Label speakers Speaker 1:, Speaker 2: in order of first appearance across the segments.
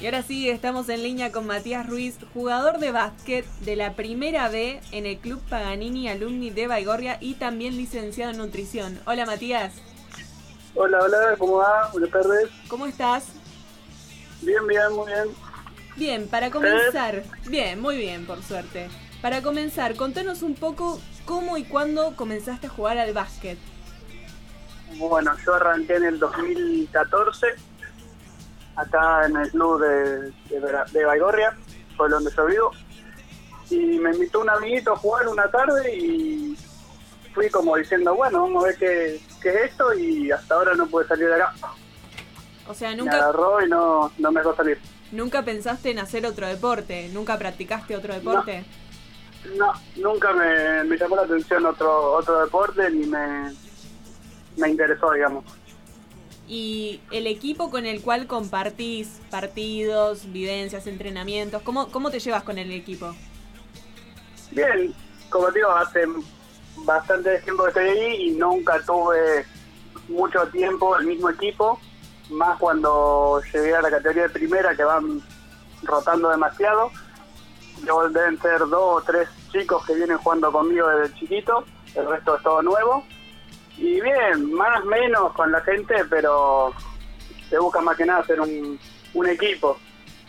Speaker 1: Y ahora sí, estamos en línea con Matías Ruiz, jugador de básquet de la primera B en el Club Paganini Alumni de Baigorria y también licenciado en nutrición. Hola Matías,
Speaker 2: Hola, hola, ¿cómo va? Buenas tardes.
Speaker 1: ¿cómo estás?
Speaker 2: Bien, bien, muy bien.
Speaker 1: Bien, para comenzar, bien, muy bien, por suerte. Para comenzar, contanos un poco cómo y cuándo comenzaste a jugar al básquet.
Speaker 2: Bueno, yo arranqué en el 2014, acá en el club de, de, Vera- de Baigorria, por donde yo vivo. Y me invitó un amiguito a jugar una tarde y fui como diciendo, bueno, vamos a ver qué, qué es esto y hasta ahora no pude salir de acá.
Speaker 1: O sea,
Speaker 2: Me
Speaker 1: nunca,
Speaker 2: agarró y no, no me dejó salir.
Speaker 1: nunca pensaste en hacer otro deporte, nunca practicaste otro deporte.
Speaker 2: No, nunca me, me llamó la atención otro, otro deporte ni me, me interesó, digamos.
Speaker 1: Y el equipo con el cual compartís partidos, vivencias, entrenamientos, ¿cómo, cómo te llevas con el equipo?
Speaker 2: Bien, como te digo, hace bastante tiempo que estoy ahí y nunca tuve mucho tiempo el mismo equipo, más cuando llegué a la categoría de primera que van rotando demasiado. Yo deben ser dos o tres chicos que vienen jugando conmigo desde chiquito, el resto es todo nuevo. Y bien, más o menos con la gente, pero se busca más que nada hacer un, un equipo.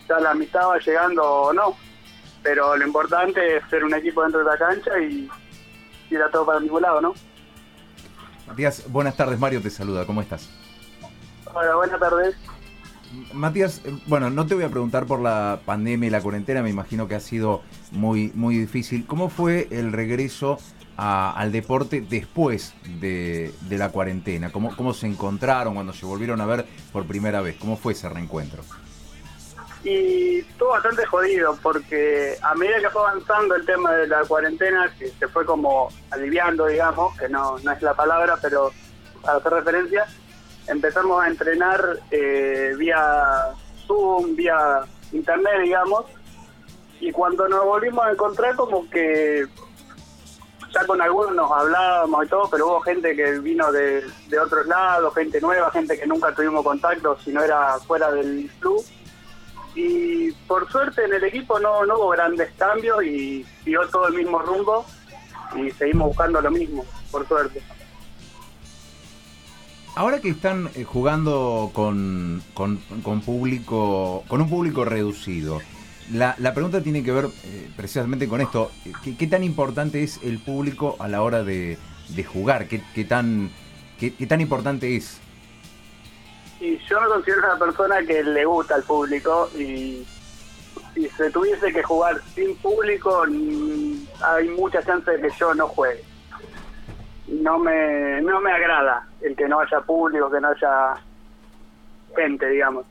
Speaker 2: Ya la amistad va llegando o no pero lo importante es ser un equipo dentro de la cancha y ir a todo para el mismo lado, ¿no?
Speaker 3: Matías, buenas tardes. Mario te saluda. ¿Cómo estás?
Speaker 2: Hola, buenas tardes.
Speaker 3: Matías, eh, bueno, no te voy a preguntar por la pandemia y la cuarentena, me imagino que ha sido muy, muy difícil. ¿Cómo fue el regreso a- al deporte después de, de la cuarentena? ¿Cómo, ¿Cómo se encontraron cuando se volvieron a ver por primera vez? ¿Cómo fue ese reencuentro?
Speaker 2: Y estuvo bastante jodido porque a medida que fue avanzando el tema de la cuarentena, que se fue como aliviando, digamos, que no, no es la palabra, pero para hacer referencia, empezamos a entrenar eh, vía Zoom, vía Internet, digamos, y cuando nos volvimos a encontrar como que ya con algunos nos hablábamos y todo, pero hubo gente que vino de, de otros lados, gente nueva, gente que nunca tuvimos contacto, si no era fuera del club. Y por suerte en el equipo no, no hubo grandes cambios y siguió todo el mismo rumbo y seguimos buscando lo mismo, por suerte.
Speaker 3: Ahora que están eh, jugando con, con- con público, con un público reducido, la, la pregunta tiene que ver eh, precisamente con esto. Eh, ¿Qué, qué tan importante es el público a la hora de, de jugar? ¿Qué, qué tan, qué- qué tan importante es?
Speaker 2: Y yo me considero una persona que le gusta al público y si se tuviese que jugar sin público mm, hay mucha chance de que yo no juegue. No me, no me agrada el que no haya público, que no haya gente, digamos.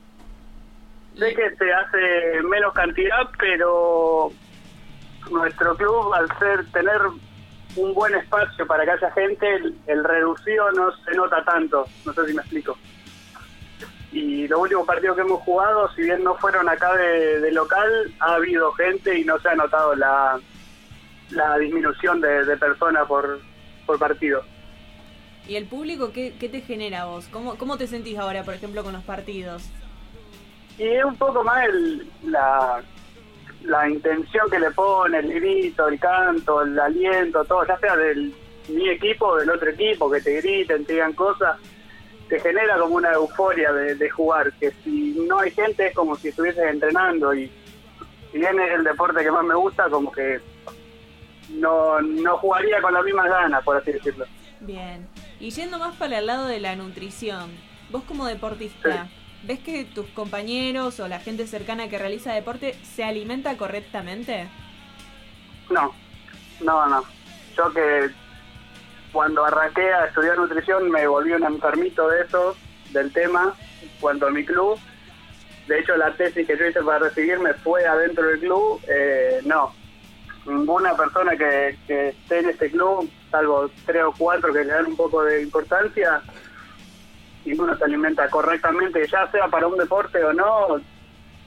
Speaker 2: Sé que se hace menos cantidad, pero nuestro club, al ser tener un buen espacio para que haya gente, el, el reducido no se nota tanto. No sé si me explico. Y los últimos partidos que hemos jugado, si bien no fueron acá de, de local, ha habido gente y no se ha notado la, la disminución de, de personas por, por partido.
Speaker 1: ¿Y el público qué, qué te genera a vos? ¿Cómo, ¿Cómo te sentís ahora, por ejemplo, con los partidos?
Speaker 2: Y es un poco más el- la, la intención que le pone, el grito, el canto, el aliento, todo, ya sea del mi equipo o del otro equipo, que te griten, te digan cosas, te genera como una euforia de, de jugar, que si no hay gente es como si estuvieses entrenando y si bien es el deporte que más me gusta, como que no, no jugaría con las mismas ganas, por así decirlo.
Speaker 1: Bien. Y yendo más para el lado de la nutrición, vos como deportista, ¿ves que tus compañeros o la gente cercana que realiza deporte se alimenta correctamente?
Speaker 2: No, no, no. Yo que cuando arranqué a estudiar nutrición me volví un enfermito de eso, del tema, cuanto a mi club. De hecho, la tesis que yo hice para recibirme fue adentro del club. Eh, no, ninguna persona que, que esté en este club, salvo tres o cuatro que le dan un poco de importancia, ninguno se alimenta correctamente, ya sea para un deporte o no,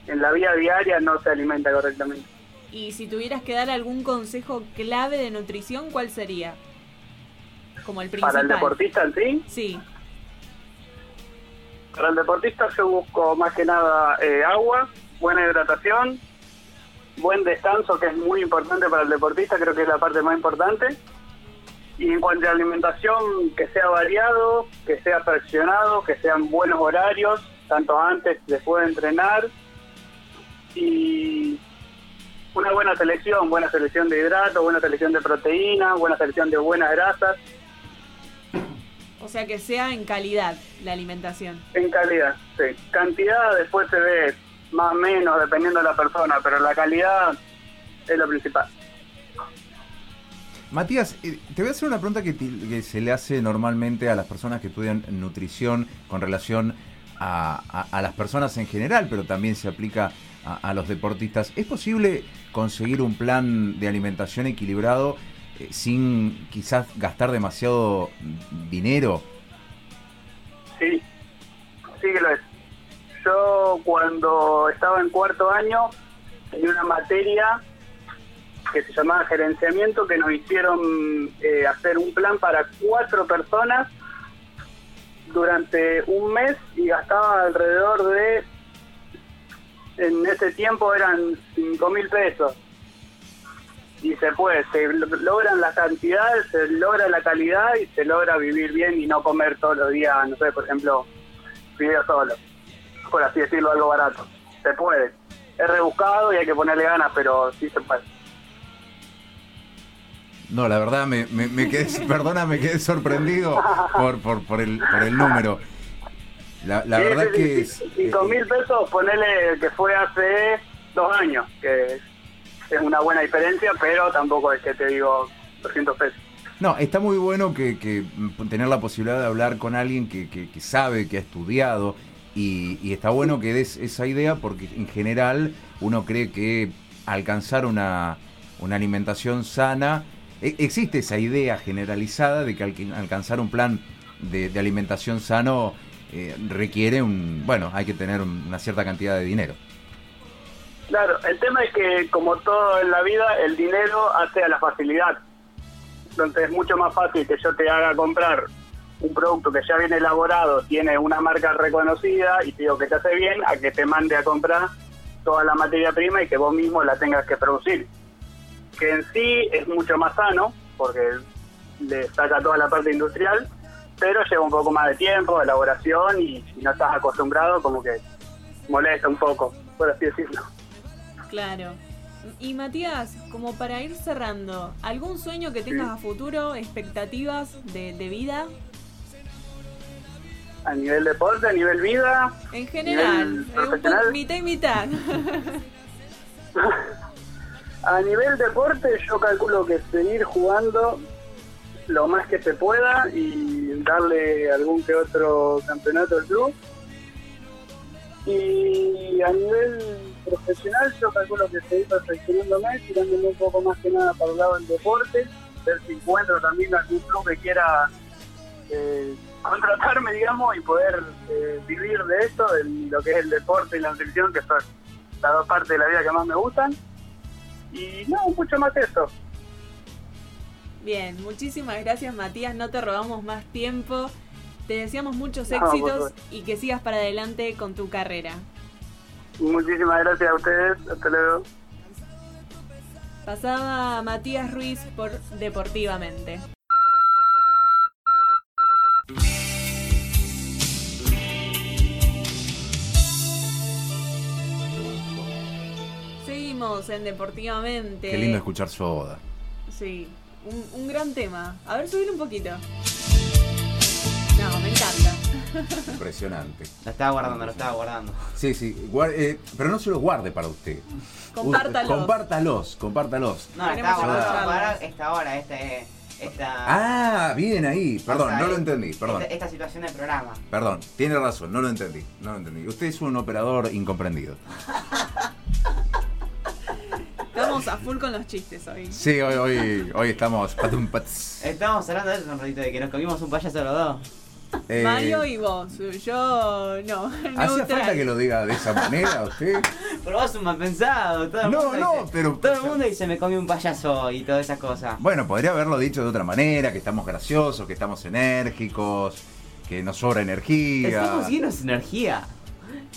Speaker 2: en la vida diaria no se alimenta correctamente.
Speaker 1: Y si tuvieras que dar algún consejo clave de nutrición, ¿cuál sería? Como el principal.
Speaker 2: Para el deportista en sí,
Speaker 1: Sí,
Speaker 2: Para el deportista yo busco más que nada eh, agua, buena hidratación, buen descanso, que es muy importante para el deportista, creo que es la parte más importante. Y en cuanto a alimentación, que sea variado, que sea fraccionado, que sean buenos horarios, tanto antes, después de entrenar. Y una buena selección, buena selección de hidratos, buena selección de proteínas, buena selección de buenas grasas.
Speaker 1: O sea que sea en calidad la alimentación.
Speaker 2: En calidad, sí. Cantidad después se ve más o menos dependiendo de la persona, pero la calidad es lo principal.
Speaker 3: Matías, eh, te voy a hacer una pregunta que, te- que se le hace normalmente a las personas que estudian nutrición con relación a, a- a las personas en general, pero también se aplica a, a los deportistas. ¿Es posible conseguir un plan de alimentación equilibrado eh, sin quizás gastar demasiado dinero?
Speaker 2: Sí, sí que lo es. Yo cuando estaba en cuarto año tenía una materia que se llamaba gerenciamiento que nos hicieron eh, hacer un plan para cuatro personas durante un mes y gastaba alrededor de, en ese tiempo eran cinco mil pesos. Y se puede, se logran las cantidades, se logra la calidad y se logra vivir bien y no comer todos los días, no sé, por ejemplo, fideos solo. Por así decirlo, algo barato. Se puede. Es rebuscado y hay que ponerle ganas, pero sí se puede.
Speaker 3: No, la verdad, me, me- me quedé, perdona, me quedé sorprendido por, por- por el, por el número. La, la
Speaker 2: Sí,
Speaker 3: verdad
Speaker 2: sí,
Speaker 3: que
Speaker 2: sí,
Speaker 3: es... eh,
Speaker 2: sí. Cinco mil pesos, ponele el que fue hace dos años, que es una buena diferencia, pero tampoco es que te digo 200 pesos.
Speaker 3: No, está muy bueno que, que, mm, tener la posibilidad de hablar con alguien que, que- que sabe, que ha estudiado, y, y está bueno que des esa idea porque en general uno cree que alcanzar una, una alimentación sana, e- existe esa idea generalizada de que alqui- alcanzar un plan de, de alimentación sano eh, requiere un, bueno, hay que tener un- una cierta cantidad de dinero.
Speaker 2: Claro, el tema es que, como todo en la vida, el dinero hace a la facilidad. Entonces es mucho más fácil que yo te haga comprar un producto que ya viene elaborado, tiene una marca reconocida y te digo que te hace bien, a que te mande a comprar toda la materia prima y que vos mismo la tengas que producir. Que en sí es mucho más sano, porque le saca toda la parte industrial, pero lleva un poco más de tiempo, de elaboración y si no estás acostumbrado, como que molesta un poco, por así decirlo.
Speaker 1: Claro. Y Matías, como para ir cerrando, ¿algún sueño que tengas a futuro, expectativas de, de vida?
Speaker 2: A nivel deporte, a nivel vida,
Speaker 1: En general,
Speaker 2: Nivel
Speaker 1: eh, un poco
Speaker 2: profesional.
Speaker 1: mitad y mitad.
Speaker 2: a nivel deporte yo calculo que seguir jugando lo más que se pueda y darle algún que otro campeonato al club. Y a nivel profesional yo calculo que seguir perfeccionándome, tirándome un poco más que nada para el lado del deporte, ver si encuentro también algún club que quiera eh, contratarme, digamos, y poder eh, vivir de esto, de lo que es el deporte y la nutrición, que son las dos partes de la vida que más me gustan. Y no, mucho más eso.
Speaker 1: Bien, muchísimas gracias Matías, no te robamos más tiempo. Te deseamos muchos
Speaker 2: No, por
Speaker 1: éxitos
Speaker 2: favor.
Speaker 1: y que sigas para adelante con tu carrera.
Speaker 2: Muchísimas gracias a ustedes. Hasta luego.
Speaker 1: Pasaba Matías Ruiz por Deportivamente. Seguimos en Deportivamente.
Speaker 3: Qué lindo escuchar su boda.
Speaker 1: Sí, un, un gran tema. A ver, subir un poquito. No, me encanta.
Speaker 3: Impresionante.
Speaker 4: Lo estaba guardando, lo estaba guardando.
Speaker 3: Sí, sí, guar- eh, pero no se los guarde para usted.
Speaker 1: Compártalo.
Speaker 3: U- Compártalos, compártalos.
Speaker 4: No, lo
Speaker 1: Queremos
Speaker 4: estaba guardando
Speaker 1: escucharlas.
Speaker 4: para esta hora, esta. esta
Speaker 3: Ah, bien ahí. Perdón,
Speaker 4: o sea,
Speaker 3: no lo
Speaker 4: eh,
Speaker 3: entendí, perdón.
Speaker 4: Esta, esta situación del programa.
Speaker 3: Perdón, tiene razón, no lo entendí, no lo entendí. Usted es un operador incomprendido.
Speaker 1: Estamos a full con los chistes hoy.
Speaker 3: Sí, hoy, hoy, hoy estamos patum pats.
Speaker 4: Estábamos hablando de eso un ratito, de que nos comimos un payaso los dos.
Speaker 3: Eh,
Speaker 1: Mario y vos. Yo no.
Speaker 3: ¿Hacía
Speaker 1: neutral.
Speaker 3: falta que lo diga de esa manera usted?
Speaker 4: Pero vos sos un mal pensado, todo el
Speaker 3: No,
Speaker 4: mundo.
Speaker 3: no,
Speaker 4: dice-
Speaker 3: pero-
Speaker 4: Todo el mundo dice me comí un payaso y todas esas cosas.
Speaker 3: Bueno, podría haberlo dicho de otra manera, que estamos graciosos, que estamos enérgicos, que nos sobra energía.
Speaker 4: Estamos llenos de energía.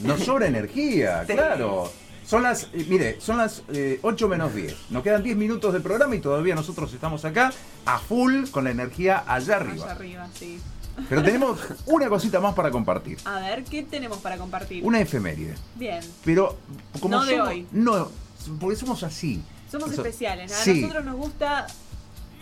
Speaker 3: Nos sobra energía,
Speaker 4: Sí.
Speaker 3: claro. Son las, eh, mire, son las eh, 8 menos 10. Nos quedan 10 minutos de programa y todavía nosotros estamos acá a full con la energía
Speaker 1: Allá
Speaker 3: allá arriba.
Speaker 1: arriba, sí.
Speaker 3: Pero tenemos una cosita más para compartir.
Speaker 1: A ver, ¿qué tenemos para compartir?
Speaker 3: Una efeméride.
Speaker 1: Bien.
Speaker 3: Pero como
Speaker 1: No de
Speaker 3: somos-
Speaker 1: hoy.
Speaker 3: No, porque somos así.
Speaker 1: Somos
Speaker 3: Eso-
Speaker 1: especiales. A
Speaker 3: sí.
Speaker 1: nosotros nos gusta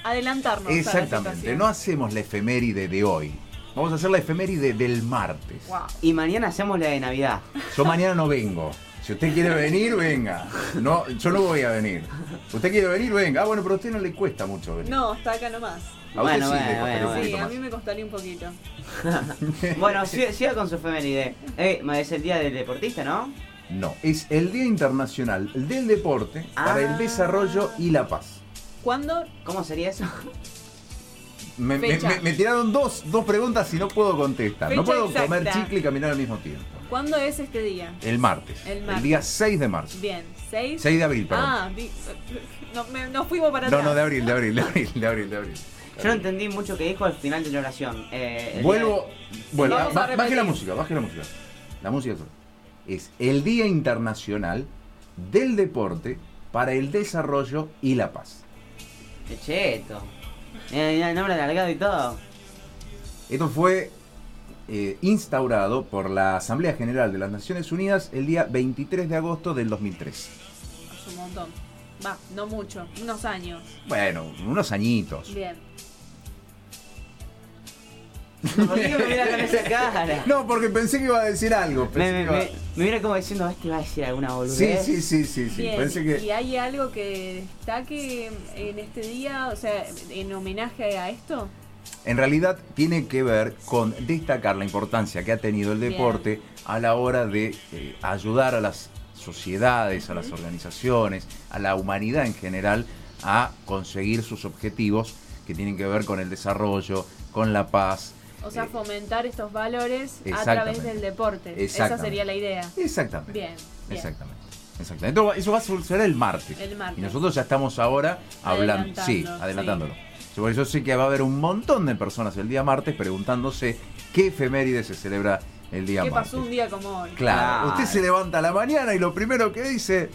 Speaker 1: adelantarnos. A la
Speaker 3: Exactamente,
Speaker 1: situación.
Speaker 3: no hacemos la efeméride de hoy. Vamos a hacer la efeméride del martes.
Speaker 1: Guau.
Speaker 4: Y mañana hacemos la de Navidad.
Speaker 3: Yo mañana no vengo. Si usted quiere venir, venga. No, yo no voy a venir. Usted quiere venir, venga. Ah, bueno, pero a usted no le cuesta mucho venir.
Speaker 1: No, está acá nomás.
Speaker 3: A usted
Speaker 4: Bueno,
Speaker 3: sí le
Speaker 4: bueno,
Speaker 3: costaría un
Speaker 4: bueno,
Speaker 1: Sí,
Speaker 3: poquito
Speaker 1: a
Speaker 3: más.
Speaker 1: mí me costaría un poquito.
Speaker 4: Bueno, siga, siga con su efeméride. Eh, ma- es el día del deportista, ¿no?
Speaker 3: No, es el Día Internacional del Deporte para
Speaker 4: Ah.
Speaker 3: el Desarrollo y la Paz.
Speaker 1: ¿Cuándo?
Speaker 4: ¿Cómo sería eso?
Speaker 3: Me, me-
Speaker 1: Fecha.
Speaker 3: me- me tiraron dos, dos preguntas y no puedo contestar. no
Speaker 1: Fecha
Speaker 3: puedo
Speaker 1: exacta.
Speaker 3: comer chicle y caminar al mismo tiempo.
Speaker 1: ¿Cuándo es este día?
Speaker 3: El martes.
Speaker 1: El martes.
Speaker 3: día 6 de marzo.
Speaker 1: Bien, ¿seis?
Speaker 3: 6 de abril, perdón.
Speaker 1: Ah, di- no, me- nos fuimos para
Speaker 3: no,
Speaker 1: atrás.
Speaker 3: no, de abril, de abril, de abril, de abril, de abril.
Speaker 4: Yo no entendí mucho que dijo al final de la oración. Eh, el
Speaker 3: Vuelvo. Bueno,
Speaker 1: Vamos a
Speaker 3: ba- baje
Speaker 1: repetir.
Speaker 3: la música, baje la música. La música sola. es el Día Internacional del Deporte para el Desarrollo y la Paz.
Speaker 4: día de Cheto. Eh, el nombre alargado y todo.
Speaker 3: Esto fue eh, instaurado por la Asamblea General de las Naciones Unidas el día 23 de agosto del 2003.
Speaker 1: Es un montón. Va, no mucho, unos años.
Speaker 3: Bueno, unos añitos.
Speaker 1: Bien.
Speaker 4: ¿Por qué me mira con esa cara?
Speaker 3: No, porque pensé que iba a decir algo.
Speaker 4: Me,
Speaker 3: pensé
Speaker 4: me,
Speaker 3: que iba-
Speaker 4: me- me mira como diciendo, este va a decir alguna
Speaker 3: Sí,
Speaker 4: boludez.
Speaker 3: sí, sí, sí, sí.
Speaker 1: Bien,
Speaker 3: Pensé que...
Speaker 1: ¿y hay algo que destaque en este día, o sea, en homenaje a esto?
Speaker 3: En realidad tiene que ver con destacar la importancia que ha tenido el
Speaker 1: Bien.
Speaker 3: deporte a la hora de eh, ayudar a las sociedades, a las organizaciones, a la humanidad en general a conseguir sus objetivos que tienen que ver con el desarrollo, con la paz.
Speaker 1: O sea,
Speaker 3: Eh,
Speaker 1: fomentar estos valores a
Speaker 3: exactamente.
Speaker 1: través del deporte. Esa
Speaker 3: Exactamente.
Speaker 1: sería la idea.
Speaker 3: Exactamente.
Speaker 1: Bien, bien.
Speaker 3: Exactamente. Exactamente. Entonces, eso va a suceder el martes.
Speaker 1: El martes.
Speaker 3: Y nosotros ya estamos ahora hablando, sí,
Speaker 1: Adelantando,
Speaker 3: adelantándolo. Yo por eso sé que va a haber un montón de personas el día martes preguntándose qué efeméride se celebra el día
Speaker 1: ¿Qué
Speaker 3: martes.
Speaker 1: pasó un día como hoy?
Speaker 3: Claro,
Speaker 4: Claro.
Speaker 3: usted se levanta a la mañana y lo primero que dice,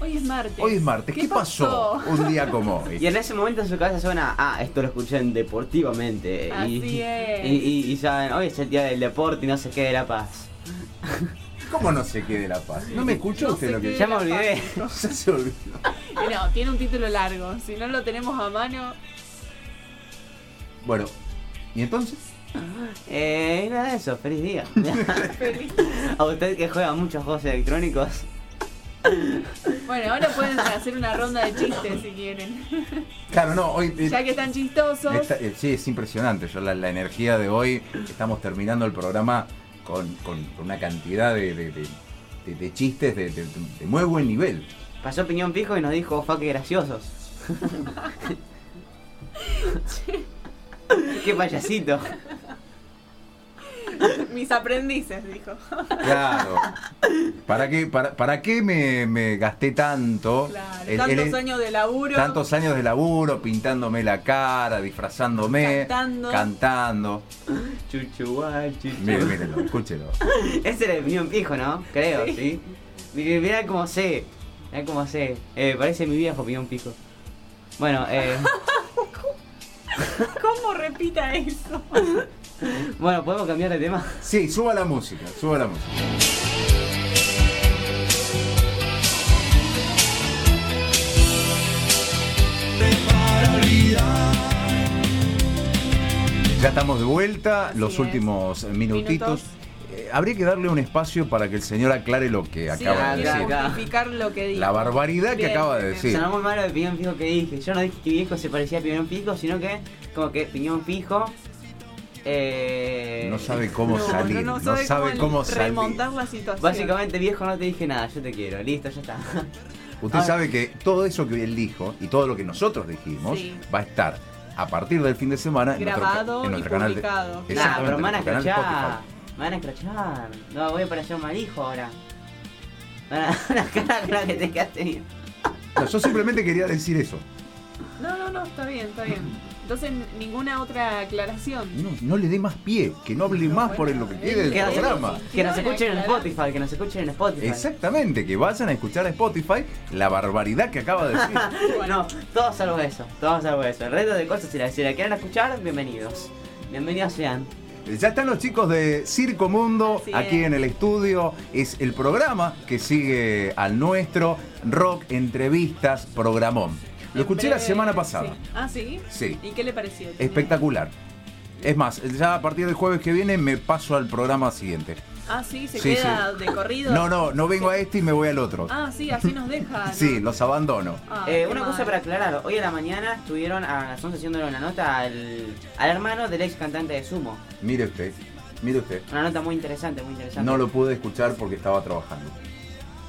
Speaker 1: Hoy es martes.
Speaker 3: hoy es martes, ¿qué, pasó? un día como
Speaker 4: Y
Speaker 3: hoy?
Speaker 4: en ese momento en su cabeza suena, ah, esto lo escuché en Deportivamente.
Speaker 1: Así
Speaker 4: y,
Speaker 1: es.
Speaker 4: Y, y- y saben, hoy es el día del deporte y no sé qué de la paz.
Speaker 3: ¿Cómo no se quede la paz? ¿No me escuchó
Speaker 1: No
Speaker 3: usted
Speaker 1: se
Speaker 3: lo que
Speaker 1: quede
Speaker 4: Ya me
Speaker 1: la paz.
Speaker 4: olvidé.
Speaker 3: Ya se olvidó.
Speaker 1: Y No, tiene un título largo. Si no lo tenemos a mano,
Speaker 3: Bueno, ¿y entonces?
Speaker 4: Eh, y nada de eso, feliz día.
Speaker 1: feliz.
Speaker 4: A usted que juega muchos juegos electrónicos.
Speaker 1: Bueno, ahora pueden hacer una ronda de chistes si quieren.
Speaker 3: Claro, no, hoy... eh,
Speaker 1: Ya que están chistosos.
Speaker 3: Esta- eh, sí, es impresionante. Yo la, la energía de hoy, estamos terminando el programa con, con- con una cantidad de, de- de- de- de chistes de, de- de muy buen nivel.
Speaker 4: Pasó Piñón Pijo y nos dijo, fa que graciosos. qué payasito.
Speaker 1: Mis aprendices, dijo.
Speaker 3: Claro. ¿Para qué, para, para qué me, me gasté tanto?
Speaker 1: Claro.
Speaker 3: El-
Speaker 1: tantos
Speaker 3: el-
Speaker 1: años de laburo.
Speaker 3: Eh, tantos años de laburo, pintándome la cara, disfrazándome,
Speaker 1: Cantando.
Speaker 3: cantando.
Speaker 4: Chuchuá, chuchu.
Speaker 3: Miren, mírenlo, escúchelo.
Speaker 4: Ese era el Piñón Pijo, ¿no? Creo,
Speaker 1: Sí.
Speaker 4: sí. Mirá, mirá cómo sé. Mirá cómo sé. Eh, parece mi viejo Piñón Pijo. Bueno, eh,
Speaker 1: ¿Cómo repita eso?
Speaker 4: bueno, podemos cambiar de tema.
Speaker 3: Sí, suba la música, suba la música. Ya estamos de vuelta,
Speaker 1: Así
Speaker 3: los
Speaker 1: es.
Speaker 3: últimos minutitos.
Speaker 1: Minutos.
Speaker 3: Eh, habría que darle un espacio para que el señor aclare lo que
Speaker 1: Sí,
Speaker 3: acaba de
Speaker 4: quiero
Speaker 3: decir.
Speaker 4: acá.
Speaker 1: justificar lo que dijo.
Speaker 3: La barbaridad que
Speaker 1: Bien,
Speaker 3: acaba de
Speaker 1: bien,
Speaker 3: decir.
Speaker 1: bien.
Speaker 4: Sonó muy malo de Piñón Fijo que dije. Yo no dije que viejo se parecía a Piñón Fijo, sino que como que Piñón Fijo. Eh,
Speaker 3: No sabe cómo
Speaker 1: No,
Speaker 3: salir, no, sabe cómo, salir.
Speaker 1: Remontar la situación.
Speaker 4: Básicamente, viejo, no te dije nada. Yo te quiero. Listo, ya está.
Speaker 3: Usted
Speaker 4: Ah.
Speaker 3: sabe que todo eso que él dijo y todo lo que nosotros dijimos
Speaker 1: Sí.
Speaker 3: va a estar a partir del fin de semana en nuestro ca-
Speaker 1: Grabado
Speaker 3: en
Speaker 1: y
Speaker 3: nuestro, canal de- eh.
Speaker 1: publicado.
Speaker 3: Exactamente,
Speaker 4: Nah, pero me van a
Speaker 3: nuestro canal de
Speaker 4: escrachar.
Speaker 3: Spotify.
Speaker 4: Me van a escrachar. No, voy a parecer un mal hijo ahora. Van a- La cara con la que te quedaste bien.
Speaker 3: No, yo simplemente quería decir eso.
Speaker 1: No, no, no, está bien, está bien. Entonces, ninguna otra aclaración.
Speaker 3: No, no le dé más pie, que no hable más por lo que quede del
Speaker 4: Que nos,
Speaker 3: programa.
Speaker 4: que nos escuchen en
Speaker 1: Claro.
Speaker 4: Spotify, que nos escuchen en Spotify.
Speaker 3: Exactamente, que vayan a escuchar a Spotify la barbaridad que acaba de decir.
Speaker 4: No, todo salvo eso, todo salvo eso. El resto de cosas, si la, si la quieren escuchar, bienvenidos. Bienvenidos sean.
Speaker 3: Ya están los chicos de Circo Mundo
Speaker 1: Así
Speaker 3: aquí
Speaker 1: es.
Speaker 3: en el estudio. Es el programa que sigue al nuestro. Rock, entrevistas, programón.
Speaker 1: En
Speaker 3: Lo escuché la
Speaker 1: breve,
Speaker 3: semana pasada.
Speaker 1: sí. Ah, sí.
Speaker 3: Sí.
Speaker 1: ¿Y qué le pareció?
Speaker 3: Espectacular. Es más, ya a partir del jueves que viene me paso al programa siguiente.
Speaker 1: Ah, sí, se
Speaker 3: Sí,
Speaker 1: queda de corrido.
Speaker 3: No, no, no vengo a este y me voy al otro.
Speaker 1: Ah, sí, así nos deja. ¿no?
Speaker 3: Sí, los abandono.
Speaker 1: Ah,
Speaker 4: Eh,
Speaker 1: qué
Speaker 4: una
Speaker 1: mal.
Speaker 4: cosa para aclarar, hoy a la mañana estuvieron a las 11 haciéndole una nota al, al hermano del ex cantante de Sumo.
Speaker 3: Mire usted, mire usted.
Speaker 4: Una nota muy interesante, muy interesante.
Speaker 3: No lo pude escuchar porque estaba trabajando.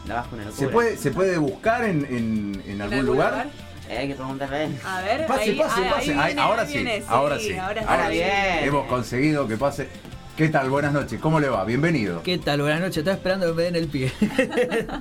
Speaker 4: La bajo una locura.
Speaker 3: ¿Se puede, se puede buscar en, en- en
Speaker 1: ¿En
Speaker 3: algún lugar?
Speaker 4: Eh, hay que preguntarle a él.
Speaker 1: A ver,
Speaker 3: Pase,
Speaker 1: ahí,
Speaker 3: pase,
Speaker 1: ahí,
Speaker 3: pase.
Speaker 1: viene,
Speaker 3: Ahí- ahora, sí,
Speaker 1: viene,
Speaker 3: ahora sí,
Speaker 1: ahora
Speaker 4: ahora
Speaker 1: sí.
Speaker 4: bien.
Speaker 3: Hemos conseguido que pase. ¿Qué tal? Buenas noches. ¿Cómo le va? Bienvenido.
Speaker 5: ¿Qué tal? Buenas noches, estaba esperando que me den el pie.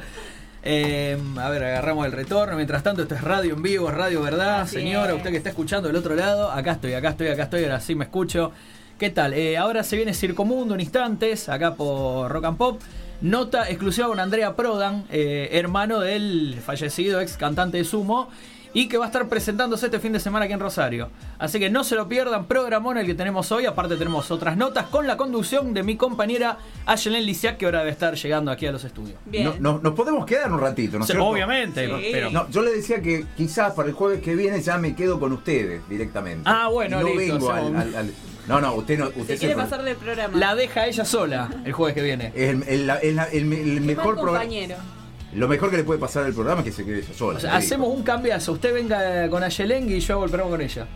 Speaker 5: Eh, a ver, agarramos el retorno. Mientras tanto, esto es radio en vivo, radio verdad.
Speaker 1: Así
Speaker 5: Señora,
Speaker 1: es.
Speaker 5: usted que está escuchando del otro lado, acá estoy, acá estoy, acá estoy, ahora sí me escucho. ¿Qué tal? Eh, ahora se viene Circo Mundo en instantes, acá por Rock and Pop. Nota exclusiva con Andrea Prodan, eh, hermano del fallecido ex cantante de Sumo. Y que va a estar presentándose este fin de semana aquí en Rosario. Así que no se lo pierdan, programón el que tenemos hoy. Aparte tenemos otras notas con la conducción de mi compañera Ayelen Lisiak, que ahora debe estar llegando aquí a los estudios.
Speaker 1: Bien.
Speaker 3: No- no- nos podemos quedar un ratito, ¿no es
Speaker 5: Sí,
Speaker 3: cierto?
Speaker 5: Obviamente,
Speaker 1: Sí.
Speaker 5: pero
Speaker 3: No, yo le decía que quizás para el jueves que viene ya me quedo con ustedes directamente.
Speaker 5: Ah, bueno,
Speaker 3: no
Speaker 5: listo,
Speaker 3: vengo al,
Speaker 5: hacemos-
Speaker 3: al- al- No, no, usted no. Usted
Speaker 1: Se quiere
Speaker 3: fue.
Speaker 1: pasar del programa.
Speaker 5: la deja ella sola el jueves que viene.
Speaker 3: El, el- la- el- la- el- el
Speaker 1: Qué mal
Speaker 3: mejor programa.
Speaker 1: compañero.
Speaker 3: Lo mejor que le puede pasar al programa es que se quede ella sola.
Speaker 5: O sea,
Speaker 3: le digo.
Speaker 5: hacemos un cambiazo. Usted venga con Ayeleng y yo hago el programa con ella.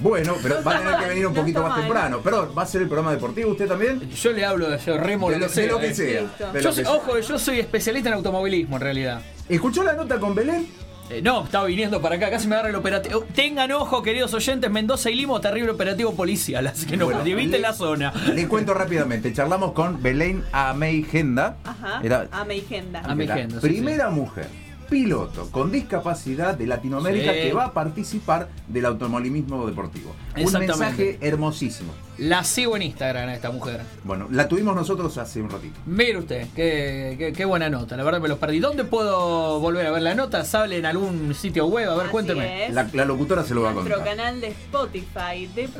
Speaker 3: Bueno, pero va a tener que venir un
Speaker 1: No ¿eh?
Speaker 3: poquito
Speaker 1: está
Speaker 3: más
Speaker 1: mal.
Speaker 3: temprano. Pero va a ser el programa deportivo usted también.
Speaker 5: Yo le hablo de yo remo
Speaker 3: de, lo, de lo que
Speaker 5: eh.
Speaker 3: sea.
Speaker 1: Listo.
Speaker 3: de lo
Speaker 5: Yo
Speaker 3: que
Speaker 5: soy-
Speaker 3: sea.
Speaker 5: ojo, yo soy especialista en automovilismo en realidad.
Speaker 3: ¿Escuchó la nota con Belén?
Speaker 5: Eh, no, estaba viniendo para acá, casi me agarra el operativo. Tengan ojo, queridos oyentes, Mendoza y Limo, terrible operativo policial, así que no
Speaker 3: Bueno,
Speaker 5: eviten
Speaker 3: le-
Speaker 5: la zona.
Speaker 3: Les cuento rápidamente. Charlamos con Belén Ameigenda.
Speaker 1: Ajá.
Speaker 3: Era
Speaker 1: A Meigenda.
Speaker 5: Ah, Ameigenda,
Speaker 3: la
Speaker 5: sí,
Speaker 3: primera mujer piloto con discapacidad de Latinoamérica
Speaker 5: Sí.
Speaker 3: que va a participar del automovilismo deportivo. Un
Speaker 5: Exactamente.
Speaker 3: mensaje hermosísimo.
Speaker 5: La sigo en Instagram a esta mujer.
Speaker 3: Bueno, la tuvimos nosotros hace un ratito.
Speaker 5: Mire usted, qué, qué- qué buena nota, la verdad me los perdí. ¿Dónde puedo volver a ver la nota? ¿Sale en algún sitio web? A ver,
Speaker 1: Así
Speaker 5: cuénteme.
Speaker 1: es.
Speaker 3: La, la locutora se lo va a
Speaker 1: Nuestro
Speaker 3: contar.
Speaker 1: canal de Spotify,
Speaker 5: Bien.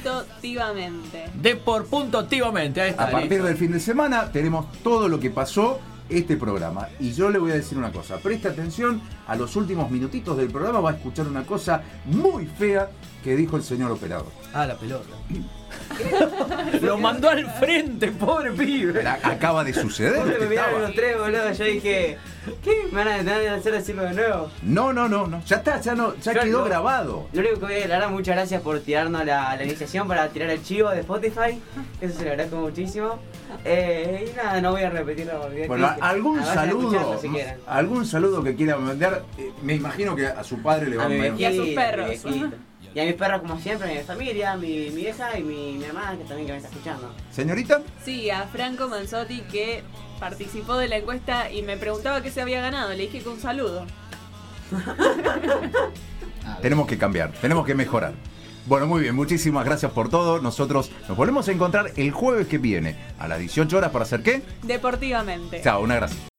Speaker 1: Depor.tivamente.
Speaker 5: De por punto activamente, ahí está.
Speaker 3: A partir
Speaker 5: listo.
Speaker 3: del fin de semana tenemos todo lo que pasó este programa. Y yo le voy a decir una cosa, presta atención a los últimos minutitos del programa, va a escuchar una cosa muy fea que dijo el señor operador.
Speaker 5: Ah, la pelota. Lo mandó al frente, pobre pibe.
Speaker 3: Era- acaba de suceder.
Speaker 4: Pobre,
Speaker 3: este
Speaker 4: me miraron
Speaker 3: estaba.
Speaker 4: los tres, boludo. Yo dije, ¿qué? ¿Me van a tener que hacer decirlo de nuevo?
Speaker 3: No, no, no, no. Ya está, ya no, ya
Speaker 4: Yo
Speaker 3: quedó
Speaker 4: no.
Speaker 3: grabado.
Speaker 4: Lo único que voy a declarar, muchas gracias por tirarnos la, la iniciación para tirar el chivo de Spotify. Eso se lo agradezco muchísimo. Eh, y nada, no voy a repetirlo porque.
Speaker 3: Bueno,
Speaker 4: dije,
Speaker 3: algún
Speaker 4: ah, vayan a
Speaker 3: saludo,
Speaker 4: escucharlo si quieren.
Speaker 3: algún saludo que quiera mandar, eh, me imagino que a su padre le va a
Speaker 4: mi
Speaker 3: mandar.
Speaker 1: Y a sus
Speaker 4: viejita, mi
Speaker 1: perros.
Speaker 4: viejita. Y a mis perros, como siempre, a mi familia, mi, mi vieja y mi, mi hermana, que también que me está escuchando.
Speaker 3: Señorita,
Speaker 1: Sí, a Franco Manzotti que participó de la encuesta y me preguntaba qué se había ganado. Le dije que un saludo.
Speaker 3: tenemos que cambiar, tenemos que mejorar. Bueno, muy bien, muchísimas gracias por todo. Nosotros nos volvemos a encontrar el jueves que viene a las 18 horas para hacer qué?
Speaker 1: Deportivamente.
Speaker 3: Chao, una gracia.